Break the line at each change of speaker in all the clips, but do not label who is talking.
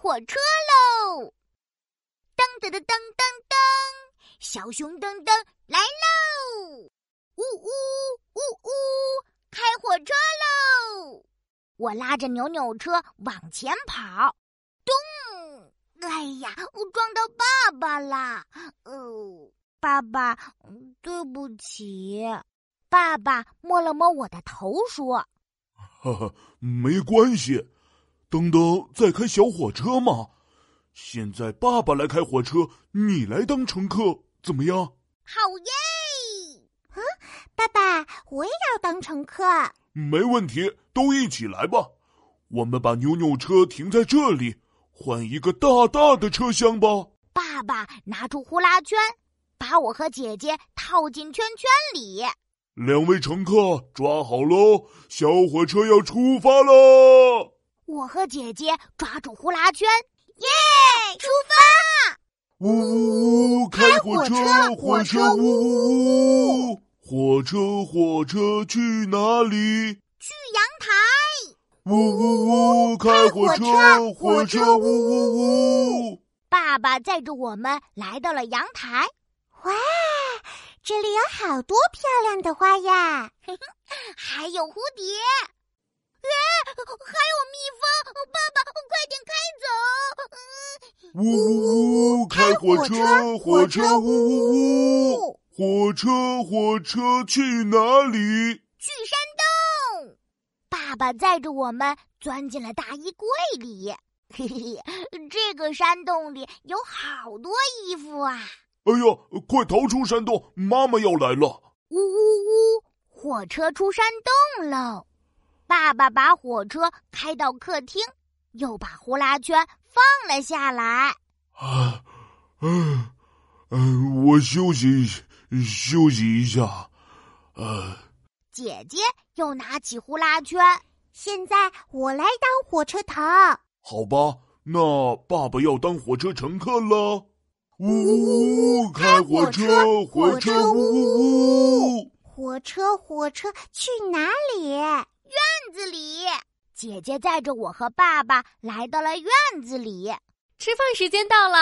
火车喽！噔噔噔噔噔噔，小熊噔噔来喽！呜呜呜呜，开火车喽！我拉着扭扭车往前跑，咚！哎呀，我撞到爸爸啦！哦，爸爸，嗯对不起。爸爸摸了摸我的头，说
哈哈，没关系。等等，在开小火车吗？现在爸爸来开火车，你来当乘客，怎么样？：“
好耶！”
嗯爸爸，我也要当乘客。
没问题，都一起来吧。我们把扭扭车停在这里，换一个大大的车厢吧。
爸爸拿出呼啦圈，把我和姐姐套进圈圈里。
两位乘客抓好喽，小火车要出发喽！
我和姐姐抓住呼啦圈，耶！出
呜呜呜，开火车，火车呜呜呜，火车火车去哪里？
阳台，
呜呜呜，开火车，火车呜呜呜！
爸爸载着我们来到了阳台。
哇，这里有好多漂亮的花呀！
还有蝴蝶，哎，还有蜜蜂！爸爸，快点开走！嗯
呜呜呜，开火车，火车呜呜呜！火车火车去哪里？
去山洞，嗯爸爸载着我们钻进了大衣柜里。 嘿嘿，这个山洞里有好多衣服啊！
哎呀，快逃出山洞！妈妈要来了！
呜呜呜，火车出山洞喽！爸爸把火车开到客厅，又把呼啦圈放了下来。
啊，嗯、嗯，我休息休息一下。呃，
姐姐又拿起呼啦圈，
现在我来当火车头。
好吧，那爸爸要当火车乘客了。呜呜呜，开火车，火车呜呜呜！
火车，火车去哪里？
院子里，姐姐载着我和爸爸来到了院子里。
吃饭时间到了，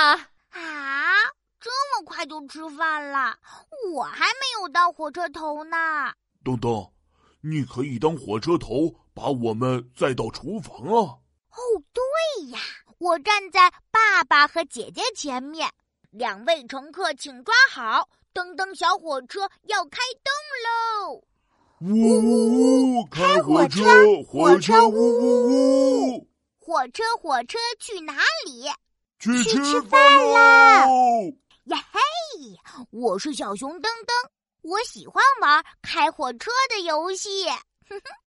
啊，这么快就吃饭了？我还没有到火车头呢。
东东，你可以当火车头，把我们载到厨房啊！
哦，对呀，我站在爸爸和姐姐前面，两位乘客请抓好，噔噔小火车要开动喽！
呜呜呜，开火车，火车呜呜呜！
火车火车去哪里？
去
去吃
饭喽！
呀嘿，我是小熊噔噔，我喜欢玩开火车的游戏。